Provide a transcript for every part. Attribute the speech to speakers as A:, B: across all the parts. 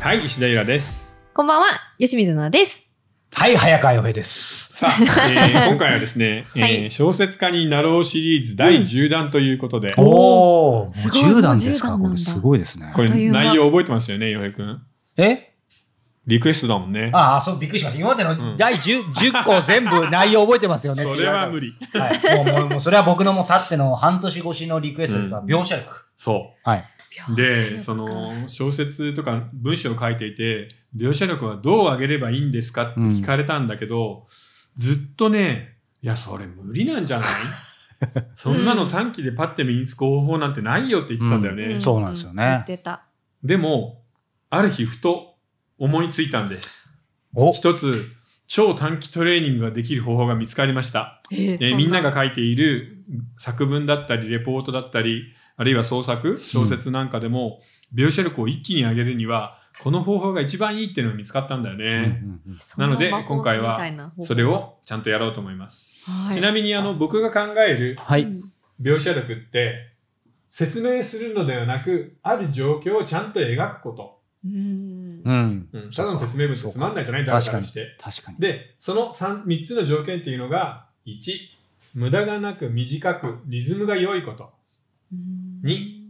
A: はい、石田ゆらです。
B: こんばんは、吉水奈です。
C: はい、早川洋平で す。
A: さあ、えー今回はですね、えー
B: はい
A: 小説家になろうシリーズ第10弾ということで、
B: ん
C: おお、もう
B: すごい
C: 10段ですか。
B: もう10段な
C: こ
B: ん
C: れ
B: だ
C: すごいですね
A: こ。れ
B: あっという間
A: 内容覚えてましたよね、洋平くん。
C: え
A: リクエストだもんね。
C: ああ、そう、びっくりしました。今まで
A: うん
C: の第 10, 10個全部内容覚えてますよ ね。
A: それは無
C: 理。
A: 理。
C: はい、もうもう、もうそれは僕のもうたっての半年越しのリクエストですから、
A: うん
C: 描写力。
A: そ
C: はい。
A: う。で、その、小説とか文章を書いていて、描写力はどう上げればいいんですかって聞かれたんだけど、ずっとね、いや、それ無理なんじ ゃないそんなの短期でパッて身につく方法なんてないよって言ってたんだよね。
C: んそうなんですよね
B: 言ってた。
A: でも、ある日ふと思いついたんです。
C: お、
A: 一つ、超短期トレーニングができる方法が見つかりました。
B: え
A: えーみんなが書いている作文だったり、レポートだったり、あるいは創作、小説なんかでも、描写力を一気に上げるには、この方法が一番いいっていうのが見つかったんだよ
C: うんう
A: ね。
C: んうん
B: そん
A: なので
B: 魔法
A: 今回は
B: みたいな方法
A: それをちゃんとやろうと思います。
B: はい
A: ちなみに、あの、僕が考える
C: は
B: う
C: い。
B: ん
A: 描写力って、説明するのではなく、ある状況をちゃんと描くこと。
B: うん
C: うん。
A: うん、ただの説明文ってつまんないじゃない
C: そうか
A: 誰からして。
C: 確かに。
A: で、その 3, 3つの条件っていうのが、1、無駄がなく短くリズムが良いこと。
B: うん
A: に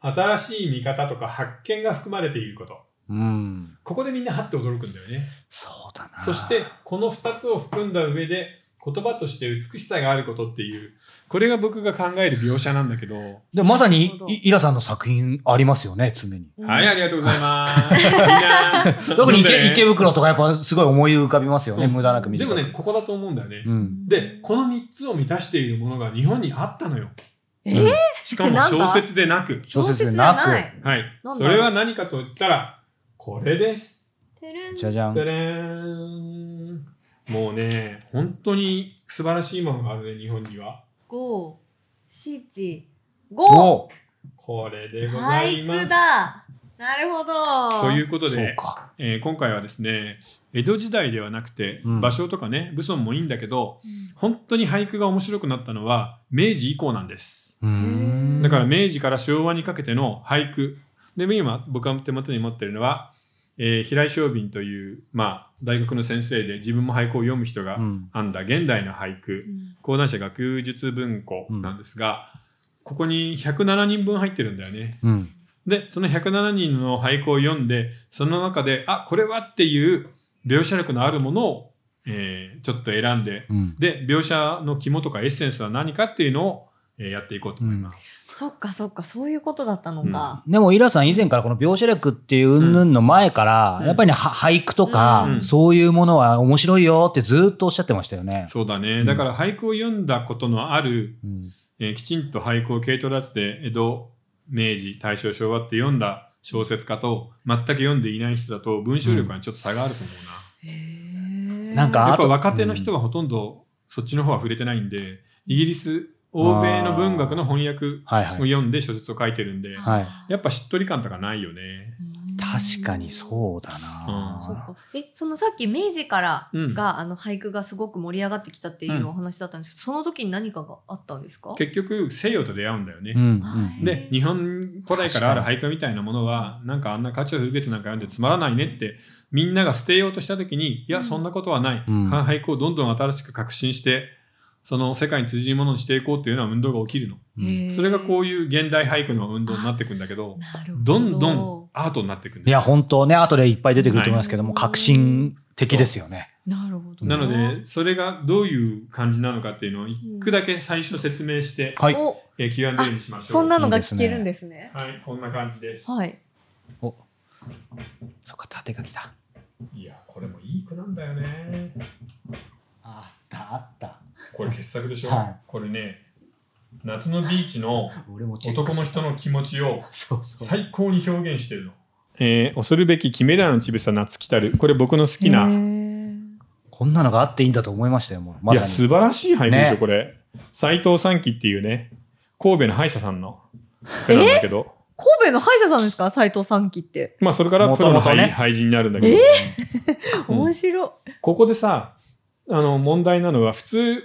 A: 新しい見方とか発見が含まれていること。
C: うん。
A: ここでみんなはって驚くんだよね。
C: そうだな。
A: そして、この2つを含んだ上で、言葉として美しさがあることっていう、これが僕が考える描写なんだけど、
C: で、まさ
B: なる
C: に
B: ほど、
C: いイラさんの作品ありますよね、常に。
B: うん
A: はい、ありがとうございます。みんな
C: 特に
A: 飲んで
C: 池
A: ね
C: 池袋とかやっぱすごい思い浮かびますよね、
A: うん
C: 無駄なく短
A: で
C: く
A: もね、、ここだと思うんだよね。
C: うん。
A: で、この3つを満たしているものが日本にあったのよ。
B: えー
A: しかも小説でなく。
B: 小説じゃない。
A: はい
B: な。んだ
A: それは何かと言ったら、これです。
B: てるん
C: じゃじゃ
A: で
C: ん。
A: れーん。もうね、本当に素晴らしいものがあるね、日本には。
B: 五七五
C: お
A: これでございま
B: 俳句
A: す。
B: だ。なるほど。
A: ということ
C: そう
A: で、
C: か。
A: えー今回はですね、江戸時代ではなくて、
C: うん
A: 芭蕉とかね、武尊もいいんだけど、本当に俳句が面白くなったのは明治以降なんです。
C: うーん
A: だから明治から昭和にかけての俳句。で、今僕が手元に持ってるのは、えー平井昌敏という、まあ、大学の先生で自分も俳句を読む人が
C: うん
A: 編んだ現代の俳句、講談社学術文庫なんですが、ここに107人分入ってるんだよね。
C: うん。
A: で、その107人の俳句を読んで、その中で、あ、これはっていう描写力のあるものを、えーちょっと選んで、
C: うん。
A: で、描写の肝とかエッセンスは何かっていうのを、えーやっていこうと思います。
B: そっかそっかそういうことだったのか。
C: でも、イラさん以前からこの描写力っていう云々の前から、
A: うん
C: やっぱりね、は俳句とか、
A: うん
C: そういうものは面白いよってずっとおっしゃってましたよね。
A: そうだね、
C: うん
A: だから俳句を読んだことのある、
C: うん
A: えーきちんと俳句を系統立てて江戸明治大正昭和って読んだ小説家と全く読んでいない人だと文章力にちょっと差があると思う
B: へー
C: な
A: な、
C: んかあ
A: やっぱ
C: と
A: 若手の人はほとんどそっちの方は触れてないんでイギリス欧米の文学の翻訳
C: はい
A: を
C: はい。
A: 読んで小説を書いてるんで、
C: はい
A: やっぱしっとり感とかないよね。
C: 確かに
B: うん。
C: そうだ
B: そう
C: な、
B: かえそのさっき明治から
A: うん
B: が、あの俳句がすごく盛り上がってきたってい
A: ん
B: うお話だったんですけど、その時に何かがあったんですか
A: 結局西洋と出会うんだよね。
C: うん。うん
B: はい
A: で日本古来からある俳句みたいなものはなんかあんな花鳥風月なんか読んでつまらないねってみんなが捨てようとした時にいやそんなことはない、
C: うん
A: 漢俳句をどんどん新しく革新してその世界に通じるものにしていこうっていうような運動が起きるの、
C: うん
A: それがこ
B: う
A: ういう現代俳句の運動になっていくんだけど
B: なるほ
A: どんどんアートになっていくんです
C: いや、本当ね、後でいっぱい出てくると思いますけど
B: は
C: も、
B: い
C: 革新的ですよね。
B: なるほど
A: なのでそれがどういう感じなのかっていうのを一句だけ最初説明して、
C: はい。
B: お
A: えー Q&A にしましょう
B: そんなのが聞けるんですね
A: はいこんな感じです、
B: はい
C: おそっか、縦書きだ。
A: いやこれもいい句なんだよね
C: あった、あった。
A: これ傑作でしょ、
C: はい
A: これね夏のビーチの
C: 俺もチェック
A: 男の
C: し
A: 人の気持ちを
C: た。そうそう。
A: 最高に表現してるの。えー、恐るべきキメラのちぶさ夏来たるこれ僕の好きな、い
B: へー
C: こんなのがあっていいんだと思いましたよ、もう。ま
A: や
C: さに。
A: 素晴らしい俳句でしょ、
C: ね
A: これ斎藤三喜っていうね神戸の歯医者さんの句なんだけど、
B: 神戸の歯医者さんですか斉藤三喜って
A: まあそれからプロの
C: 元
A: 俳,、
C: 々ね
A: 俳人になるんだけど、うん
B: 面白
A: ここでさあの問題なのは普通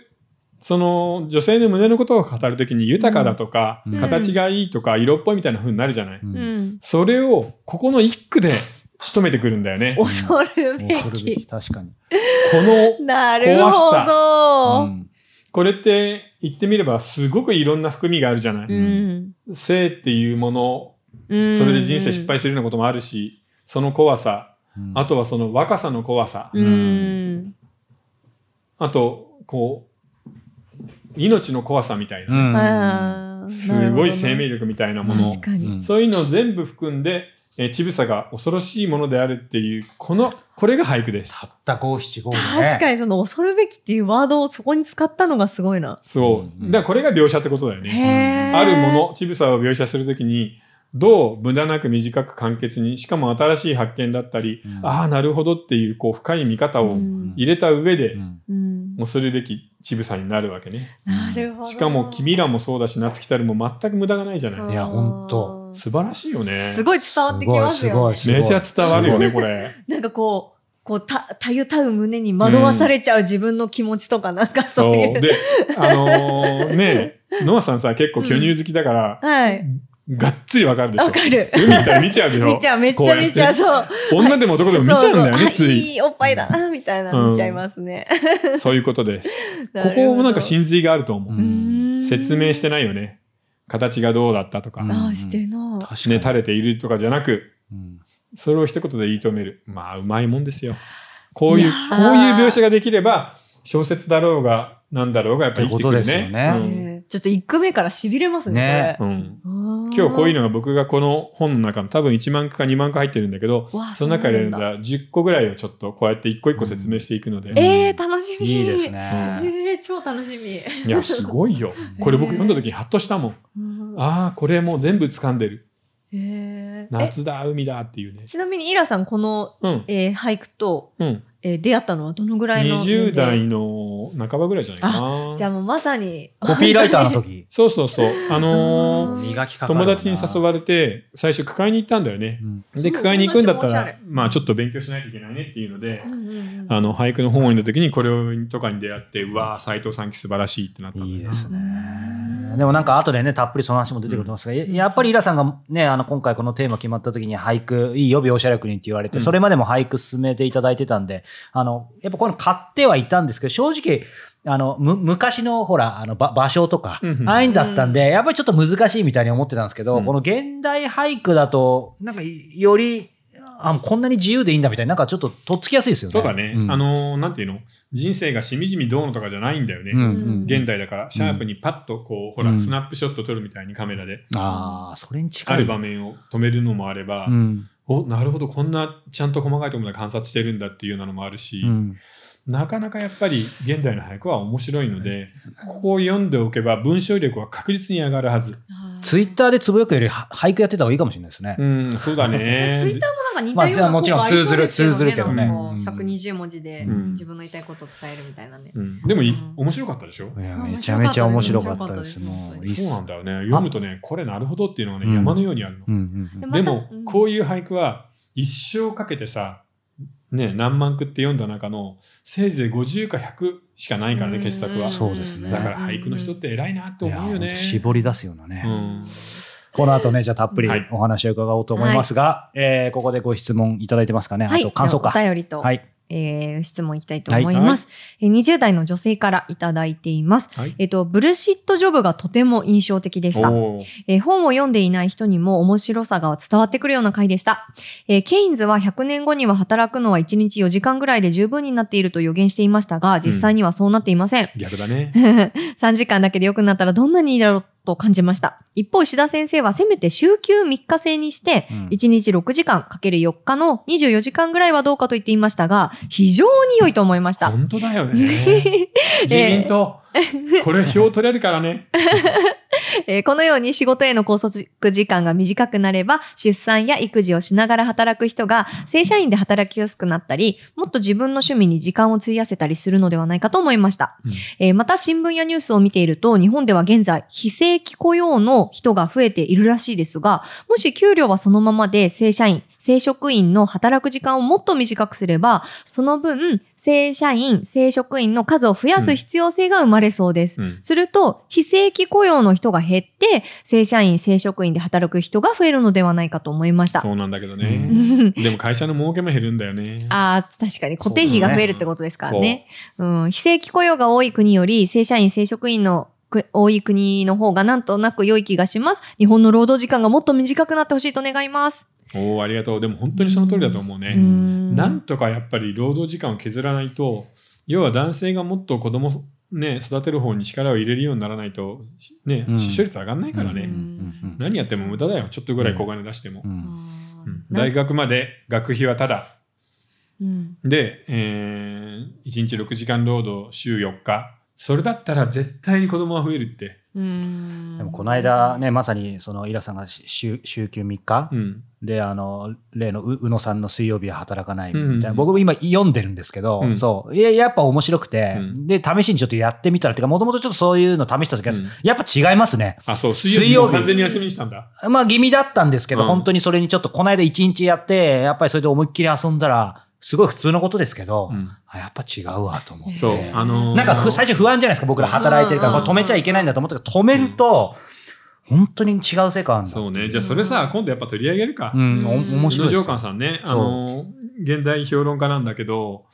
A: その女性の胸のことを語るときに豊かだとか、
C: うん
A: 形がいいとか色っぽいみたいな風になるじゃない、
C: う
B: いうんん
A: それをここの一句で仕留めてくるんだよね。こ
B: 恐るべ
C: 恐るべき
B: き。
C: 確かに。
A: の、
B: なるほ
C: う
B: ど。
C: ん
A: これって言ってみればすごくいろんな含みがあるじゃな
B: う
A: い。
B: ん。
A: 性っていうもの、
B: うん
A: それで人生失。敗するようなこともあるし、その怖さ、
C: うん
A: あとはその若さの怖さ、
B: うん。
A: あと、こう、命の怖さみたいな
C: う
A: ね、
C: ん
B: あー
A: すごい生
B: な
A: 命
B: る
A: 力みたいな
B: ほ
A: も
B: どね
A: の、
B: 確かに。
C: うん
A: そういうのを全部含んで、えー、ちぶさが恐ろしいものであるっていう、この、これが俳句です。
C: た五七五ね。
B: 確かにその恐るべきっていうワードをそこに使ったのがすごいな。
A: そう。
C: うん
A: だからこれが描写ってことだよね。
B: へー
A: あるも。の、ちぶさを描写するときに、どう無駄なく短く簡潔に、しかも新しい発見だったり、
C: うん
A: ああ、なるほどっていう、こう、深い見方
B: う
A: を
B: ん
A: 入れた上で、
C: うん
B: うん
A: もうするべきちぶさになるわけね。
B: なるほど。
A: しかも、君らもそうだし、夏来たるも全く無駄がないじゃない。
C: いやほんと
A: 素晴らしいよね。
B: すごい伝わってきますよ、ね。
C: すごいすごい
A: めちゃ伝わるよね、これ。
B: なんかこう、こうた、たゆたう胸に惑わされちゃう自分の気持ちとかなんか そういう。
A: で、あのーね、ノアさんさ、結構巨乳好きだから、
B: はい。
A: がっつりわかるでしょ。
B: わかる。
A: 海行ったら見ちゃうでしょ。
B: 見ちゃう、めっちゃ見ちゃう、そう。
A: 女でも男でも見ちゃうんだよ
B: そ
A: ね、
B: うそう
A: つ
B: あ
A: い。
B: いいおっぱいだな、みたいな、
A: うん
B: 見ちゃいますね。
A: そういうことです。
B: な
A: こ
B: るほど
A: こもなんか真髄があると思
C: う
A: う。
B: うんーん
A: 説明してないよね。形がどうだったとか、
C: うん
A: ね、
B: ああ、してない。
C: 確かに。
A: 垂れているとかじゃなく、
C: うん
A: それを一言で言い止める。まあ、うまいもんですよ。こういう、
B: いや
A: こうい
B: ー
A: う描写ができれば、小説だろうが、なんだろうが、やっぱり生きてくる
C: ってこと
A: ね。
C: ですよね
A: うん
B: えーちょっと1句目からしびれますね。これ
A: うん
B: 今
A: 今日こういう
B: の
A: のが僕がこの本の中の多分1万句か2万句入ってるんだけど、その中で選んだ10個ぐらいをちょっとこうやって一個一個説明していくので、
C: ん
B: えー、楽しみ。
C: いいです
B: え
C: ね。
B: ー、超楽しみ。
A: いやすごいよこれ僕読んだ時にハッとしたもん、
B: うん
A: ああこれもう全部掴んでる
B: えーえ
A: 夏だ海だっていうね
B: ちなみにイラさん、この、
A: うん
B: えー俳句と、
A: うん
B: えー出会ったのはどのぐらいの年齢
A: 20代の半ばぐらいじゃないかな
B: じゃあもうまさに、
C: コピーライターの時。
A: そうそうそうあのー
B: うん
C: 磨きかかる
A: 友達に誘
C: わ
A: われて最初区会に行ったんだよね
C: うん
A: で区会に行くんだった
B: お
A: ら
B: しゃれ
A: まあちょっと勉強しないといけないねっていうので
B: うんうんうん
A: あの俳句の本を読んだ時にこれとかに出会ってうわー斎藤さんき素晴らしいってなったんだよ
C: いい
A: な
C: ですね。でもなんか後でね、たっぷりその話も出てくると思いますが、ややっぱりイラさんがね、あの今回このテーマ決まった時に俳句、いいよ、描写力にって言われて、
A: うん
C: それまでも俳句進めていただいてたんで、あの、やっぱこういうの買ってはいたんですけど、正直、あの、む、昔のほら、あの、ば、場所とか、
A: うんうん
C: ああいうんだったんで、やっぱりちょっと難しいみたいに思ってたんですけど、
A: うん
C: この現代俳句だと、なんかいより、あ、もうこんなに自由でいいんだみたいな、なんかちょっととっつきやすいですよね。
A: そうだね、
C: うん
A: あのーなんていうの人生がしみじみどうのとかじゃないんだよね、
C: うんうん
A: 現代だからシャープにパッとこうほ
C: う
A: ら
C: ん
A: スナップショット撮るみたいにカメラで
C: ああ、それに近い。
A: ある場面を止めるのもあれば、
C: うん。
A: おなるほどこんなちゃんと細かいところまで観察してるんだっていうようなのもあるし、
C: うん。
A: なかなかやっぱり現代の俳句は面白いので、ここを読んでおけば文章力は確実に上がるはず。
C: ツイッターでつぶやくよりは俳句やってた方がいいかもしれないですね。
A: うん、そうだ ね。
B: ツイッターもなんか似たような
C: まあ
B: 効果ありそうですよね
C: もちろん通ずる通ずるけど
B: な
C: ね
B: んかこう
C: うん
B: 120文字で
A: うん
B: 自分の言いたいことを伝えるみたいなね。
A: うんでもい、
B: うん
A: 面白かったでしょ
C: いや
B: あ
C: めちゃめちゃ面白かったです。
B: 面白かっ
C: も
B: たです
C: ういいっ
A: そうな
C: す
A: ん。だよね。読むとね、これなるほどっていうのがね、
C: うん
A: 山のようにあるの。
C: うんうん
B: また
A: でも、
B: うん
A: こういう俳句は一生かけてさ、ね、何万句って読んだ中のせいぜい50か100しかないからね傑作は
C: んそうですね
A: だから俳句の人って偉いなって
C: うん。いや
A: 思うよ
C: 本
A: ね
C: 当絞り出すような
A: う
C: ね。
A: ん
C: この後ね、じゃあたっぷり
A: はい
C: お話を伺おうと思いますが、えーここでご質問いただいてますかね。あ
B: はい、
C: と感想か
B: じ。ゃあお便りと、
C: はい。
B: えー質問いきたいと思います、えー20代の女性からいただいています。
A: はい
B: えっと、ブルシットジョブがとても印象的でした。
A: おー
B: えー本を読んでいない人にも面白さが伝わってくるような回でした。えーケインズは100年後には働くのは1日4時間ぐらいで十分になっていると予言していましたが、実際にはそうなっていません。
A: 逆だ ね
B: 3時間だけで良くなったらどんなにいいだろうと感じました。一方、石田先生はせめて週休3日制にして、
C: うん
B: 1日6時間かける4日の24時間ぐらいはどうかと言っていましたが、非常に良いと思いました。
A: 本当だ よね自民党、これ票取れるからね
B: えーこのように仕事への拘束時間が短くなれば、出産や育児をしながら働く人が正社員で働きやすくなったり、もっと自分の趣味に時間を費やせたりするのではないかと思いました。
A: うん
B: えーまた新聞やニュースを見ていると、日本では現在、非正規雇用の人が増えているらしいですが、もし給料はそのままで正社員、正職員の働く時間をもっと短くすれば、その分、正社員、正職員の数を増やす必要性が生まれ そうです。
A: うん
B: すると、非正規雇用の人が減って、正社員、正職員で働く人が増えるのではないかと思いました。
A: そうなんだけど
C: う
A: ね。でも会社の儲けも減るんだよね。
B: ああ、確かに固定費が増えるってことですからね。うん、非正規雇用が多い国より正社員、正職員のく多い国の方がなんとなく良い気がします。日本の労働時間がもっと短くなってほしいと願います。
A: おお、ありがとう。でも本当にその通りだと思うね。
B: うん
A: なんとかやっぱり労働時間を削らないと要は男性がもっと子供ね育てる方に力を入れるようにならないとしね、
C: うん
A: 出生率上がんないからね、
B: うん
A: 何やっても無駄だよちょっとぐらい小金出しても、
C: う
B: うんん
A: うん大学まで学費はただ
B: うん
A: で、え1日6時間労働週4日それだったら絶対に子供は増えるって、
B: うん
C: でもこの間ね、まさにそのイラさんがし週週休3日
A: うん
C: で、あの、例のう宇野さんの水曜日は働かないみたいな、
A: うん
C: 僕も今読んでるんですけど、
A: うん
C: そう。いや、やっぱ面白くて、
A: うん
C: で、試しにちょっとやってみたら、てか、もともとちょっとそういうの試した時は、
A: うん
C: やっぱ違いますね。
A: あそう水曜日
C: 水曜
A: も
C: 日
A: 完全に休みにしたんだ
C: まあ、気味だったんですけど、
A: うん
C: 本当にそれにちょっとこの間一日やって、やっぱりそれで思いっきり遊んだら、すごい普通のことですけど、
A: うん
C: あやっぱ違うわと思って。
A: そう
B: えー
A: あのー
C: なんかふ最初不安じゃないですか、僕ら働いてるから、
A: うん
C: これ止めちゃいけないんだと思ったけど、止めると、本当に違う世界なんだ。
A: そうねじゃあそれさ今度やっぱ取り上げるか、
C: うん、お面
A: 宇
C: 白
A: 野
C: い
A: 城
C: です。
A: 寛さんね、あ
C: そう
A: の、現代評論家なんだけど、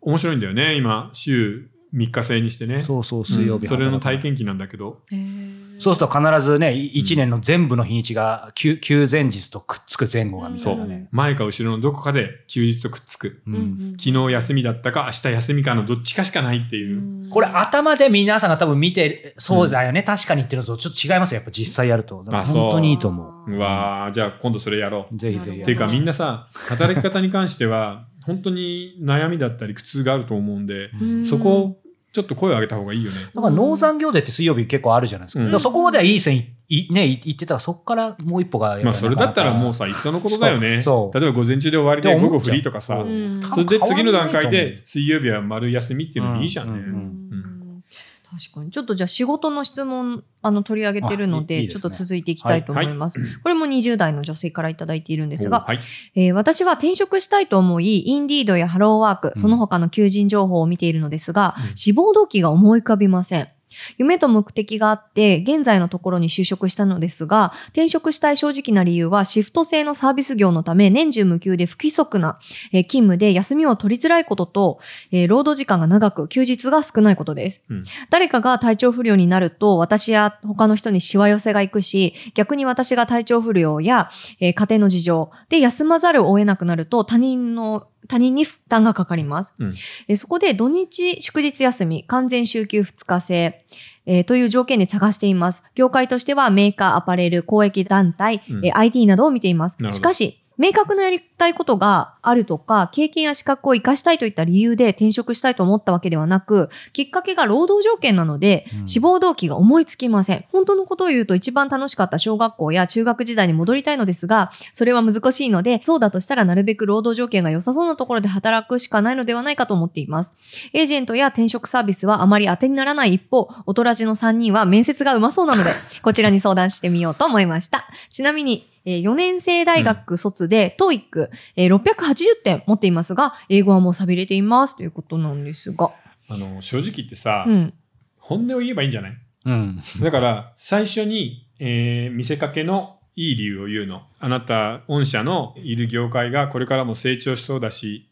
A: 面白いんだよね、今、週3日制にしてね。
C: そうそう、
A: うん
C: 水曜日、
A: それの体験記なんだけど、
B: へー
C: そうすると必ずね、1年の全部の日にちが、休休前日とくっつく前後がみた
A: そ
C: いな
A: う
C: ね。
A: 前か後ろのどこかで休日とくっつく。
C: うん
B: うん
A: 昨日休みだったか、明日休みかのどっちかしかないっていうう。
B: ん
C: これ頭で皆さんが多分見て、そうだよね、確かにっていうのとちょっと違いますよ、やっぱ実際やると。だから
A: あそう
C: 本当にいいと思
A: うわー、じゃあ今度それやろう。
C: う。ぜひぜひや
A: っ
C: ってて
A: い
C: いうう
A: か
C: か。
A: みんなさ、働き方に関しては、本当に悩みだったり苦痛があると思うんで、
B: うん
A: そこをちょっと声を上げた方がいいよね。
C: なんか農産業デーって水曜日結構あるじゃないです
A: う
C: か。
A: ん
C: だからそこまではいい線いいね、い行ってたら、そこからもう一歩がやっぱり
A: まあそれだったらもう
C: なか
A: さ、いっそのことだよね。
C: そうそ
A: 例えば午前中で終わりで
C: って
A: 午
C: 思っ
A: 後
C: ちゃう
A: フリーとかさ、
C: うん
B: うん
A: それで次の段階
C: 変わらない
A: で
C: と
A: 水曜日は丸休みっていうのもいいじゃんね。
C: うんうんうん
B: うん確かに。ちょっとじゃあ仕事の質問、あの、取り上げてるので、
C: あいいいいで
B: ち
C: す
B: ょ
C: ね
B: っと続いていきたいと思います。これも20代の女性からいただいているんです
A: お
B: が、
A: はい、
B: えー私は転職したいと思い、インディードやハローワーク、
C: うん
B: その他の求人情報を見ているのですが、
A: うん
B: 志望動機が思い浮かびません。夢と目的があって、現在のところに就職したのですが、転職したい正直な理由は、シフト制のサービス業のため、年中無休で不規則な、えー勤務で休みを取りづらいことと、えー労働時間が長く、休日が少ないことです。
A: うん
B: 誰かが体調不良になると、私や他の人にしわ寄せがいくし、逆に私が体調不良や、えー家庭の事情で休まざるを得なくなると他人の他人に負担がかかります、
A: うん
B: えーそこで土日祝日休み完全週休2日制、えーという条件で探しています業界としてはメーカーアパレル公益団体、
A: うん
B: えー IT などを見ています
A: なるほど
B: しかし明確なやりたいことがあるとか、経験や資格を活かしたいといった理由で転職したいと思ったわけではなく、きっかけが労働条件なので、
C: うん
B: 志望動機が思いつきません。本当のことを言うと一番楽しかった小学校や中学時代に戻りたいのですが、それは難しいので、そうだとしたらなるべく労働条件が良さそうなところで働くしかないのではないかと思っています。エージェントや転職サービスはあまり当てにならない一方、おとらじの3人は面接がうまそうなので、こちらに相談してみようと思いました。ちなみに、え4年生大学卒で、トーイック、えー680点持っていますが、英語はもう錆びれていますということなんですが。
A: あの正直言ってさ、
B: うん。
A: 本音を言えばいいんじゃない
C: うん。
A: だから最初に、えー見せかけのいい理由を言うの。あなた御社のいる業界がこれからも成長しそうだし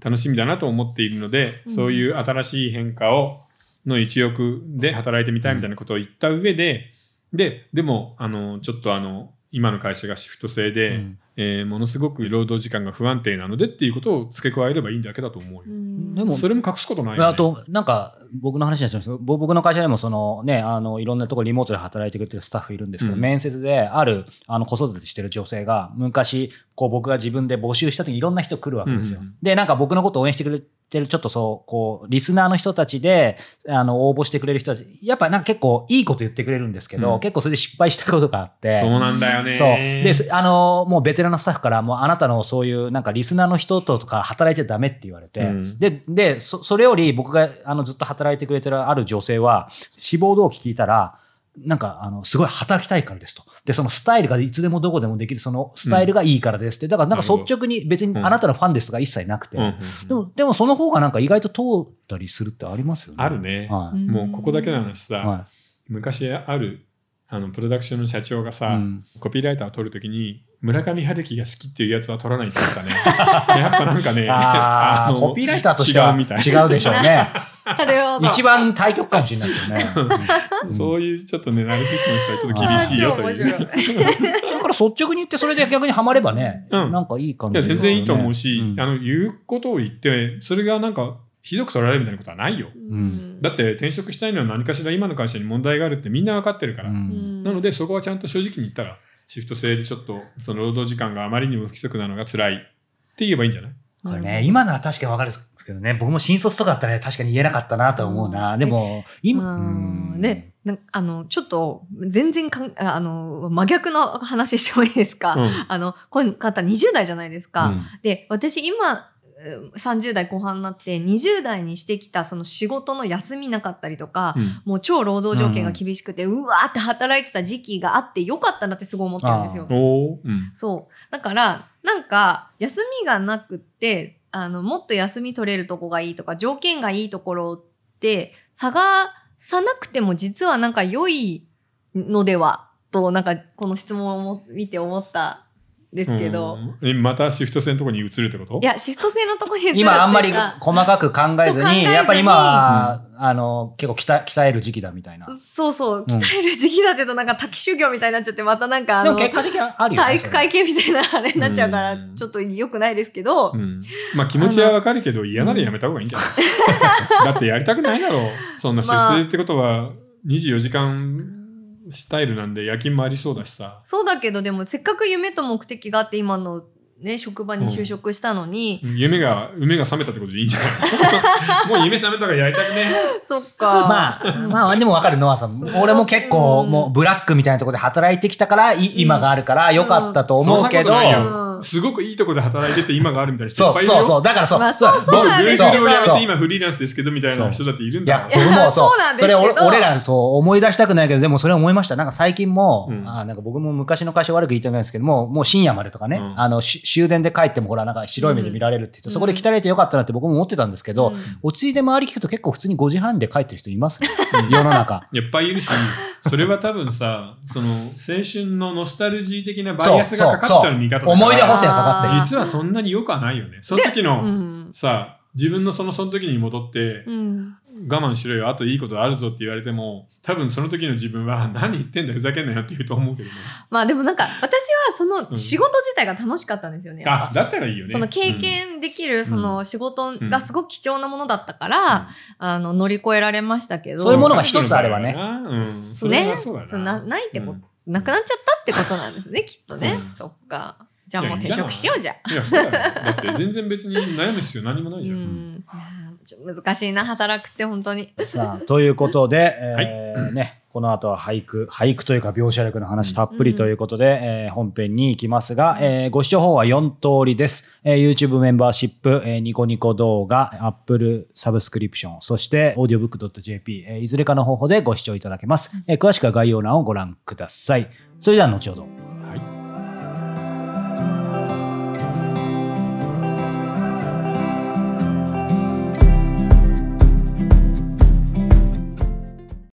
A: 楽しみだなと思っているので、
B: うん
A: そういう新しい変化をの一翼で働いてみたいみたいなことを言った上で、ででもあのちょっとあの今の会社がシフト制で、
C: うん
A: えーものすごく労働時間が不安定なのでっていうことを付け加えればいいんだけだと思うよ。
C: でも
A: それも隠すことないよ、ね。
C: あと、なんか、僕の話になっちゃうんですけど、ぼ僕の会社でも、そのね、あの、いろんなところリモートで働いてくれてるスタッフいるんですけど、
A: うん
C: 面接で、ある、あの、子育てしてる女性が、昔、こう、僕が自分で募集した時にいろんな人来るわけですよ。
A: うんうん
C: で、なんか僕のこと応援してくれてる、ちょっとそう、こう、リスナーの人たちで、あの、応募してくれる人たち、やっぱなんか結構いいこと言ってくれるんですけど、
A: うん
C: 結構それで失敗したことがあって、
A: そうなんだよね。
C: そう。です、あの、もうベテランのスタッフから、もうあなたのそういう、なんかリスナーの人ととか働いちゃダメって言われて、
A: うん
C: で、で、そそれより僕があのずっと働いてくれてるある女性は、志望動機聞いたら、なんか、あの、すごい働きたいからですと。で、そのスタイルがいつでもどこでもできる、そのスタイルがいいからですって。だから、なん
A: な
C: か
A: るほど
C: 率直に別に
A: うん
C: あなたのファンですとか一切なくて。
A: うんうん
C: でも、でもその方がなんか意外と通ったりするってありますよね。
A: あるね、
C: は
B: ん
A: もうここだけの話さ、
C: い。は
A: 昔あるあのプロダクションの社長が
C: い。
A: さ、
C: うん
A: コピーライターを取るときに村上春樹が好きっていうやつは取らないって言ったね やっぱなんかね
C: ああ、
A: の
C: コピーライターとしては
A: 違うみたい
C: 違うでしょうね。
B: なるほど。
C: 一番対局かもしれないですよね。うん
A: そういうちょっとねナルシストの人はちょっと厳しいよという、
B: あー超面白い。
C: だから率直に言って、それで逆にハマればね、
A: うん
C: なんかいい感
A: い
C: じ
A: や
C: ですよ
A: 全
C: ね。
A: 然いいと思うし、
C: ん
A: あの言うことを言ってそれがなんかひどく取られるみたいなことはないよ
C: ん
A: だって転職したいのは何かしら今の会社に問題があるってみんな分かってるから、
C: うん
A: なのでそこはちゃんと正直に言ったらシフト制でちょっとその労働時間があまりにも不規則なのが辛いって言えばいいんじゃない
C: これね、今なら確かにわかるんですけどね、僕も新卒とかだったらね、確かに言えなかったなと思うな。でも、今、
B: うん
C: うん
B: ね、なんかあの、ちょっと、全然かん、あの、真逆の話してもいいですか、
A: うん
B: あの、この方20代じゃないですか。
A: うん
B: で、私今、うん30代後半になって、20代にしてきたその仕事の休みなかったりとか、
A: うん
B: もう超労働条件が厳しくて、うわーって働いてた時期があってよかったなってすごい思ってるんですよ。
A: おーうん
B: そう。だから、なんか、休みがなくって、あの、もっと休み取れるとこがいいとか、条件がいいところって、探さなくても実はなんか良いのでは、と、なんか、この質問を見て思ったんですけど、
A: うんえまたシフト制のところに移るってこと
B: いや、シフト制のところに移るっていうか
C: 今あんまり細かく考えず
B: そう考えず
C: に、
B: に
C: やっぱり今は、あの、結構鍛え鍛える時期だみたいな。
B: そうそう、鍛える時期だってとなんか滝修行みたいになっちゃって、またなんかあ
C: で
B: の
C: も、結果的にあるよね。
B: 体育会系みたいなあれになっちゃうか
A: う
B: ら、
A: ん
B: ちょっと良くないですけど、
A: うんまあ気持ちはわかるけど嫌ならやめた方がいいんじゃない だってやりたくないだろうそんなシフト制ってことは24時間スタイルなんで夜勤もありそうだしさ、
B: そうだけど、でもせっかく夢と目的があって今のね、職場に就職したのに、
A: 夢が夢が覚めたってことでいいんじゃない もう夢覚めたからやりたくね
B: そっか。
C: まあ、まあ、でもわかる、ノアさん。俺も結構、
B: うん
C: もう、ブラックみたいなところで働いてきたから、い今があるから、良かったと
A: そん
C: 思う
A: な
C: け
A: こと
C: ど、
A: ない
B: う
A: よ
B: ん
A: すごくいいとこで働いてて今があるみたいな人いっ
C: そ
A: ぱ
C: う
A: いいる
C: そう
A: よ
C: そう、だからそう。
B: まあそうそう
A: 僕
B: なんですよ
A: Google をや
C: そう
A: めて今フリーランスですけどみたいな人だっているん
C: いや
A: だ、か
C: 僕
A: ら
B: や
C: もそう
B: そうなん、ですけ
C: それ
B: ど
C: 俺俺らそう思い出したくないけど、でもそれ思いました。なんか最近も、
A: うん
C: あなんか僕も昔の会社悪く言ってないですけども、もう深夜までとかね、
A: うん
C: あのし終電で帰ってもほら、なんか白い目で見られるって言って、
B: うん
C: そこで鍛えてよかったなって僕も思ってたんですけ
B: う
C: ど、
B: ん
C: 落ち着いて周り聞くと結構普通に5時半で帰ってる人いま すね、世の中。
A: いっぱいいるしそれは多分さその青春のノスタルジー的なバイアスがかかってある見方だから
C: 思い出補正がかかってる。
A: 実はそんなによくはないよねその時の、
B: うん。
A: さ自分のそのその時に戻って
B: うん。
A: 我慢しろよあといいことあるぞって言われても多分その時の自分は何言ってんだよふざけんなよって言うと思うけどね
B: まあでもなんか、私はその
A: うん
B: 仕事自体が楽しかったんですよね。やっぱ
A: あだったらいいよね
B: その経験できるその仕事がすごく貴重なものだったか
A: うん
B: ら、あの、乗り越えられましたけど。
C: そういうものが一つあればね
A: うんそれ
B: ね。
A: はそうだ
B: そうなないってこと、
A: う
B: なくなっちゃったってことなんですね、きっとね。
A: うん
B: そっか。じゃ
A: い
B: あ
A: や
B: もう転職しようじゃ。
A: んいやそうだよだって全然別に悩む必要何もないじ
B: う
A: ゃん、
B: ん。いやーちょっと難しいな、働くって本当に。
C: さあということで、えーね、この後は俳句俳句というか描写力の話たっぷりということで、えー本編に行きますが、えーご視聴方は4通りです、えー YouTube メンバーシップ、えーニコニコ動画 Apple サブスクリプションそして audiobook.jp、えーいずれかの方法でご視聴いただけます、えー詳しくは概要欄をご覧くださいそれでは後ほど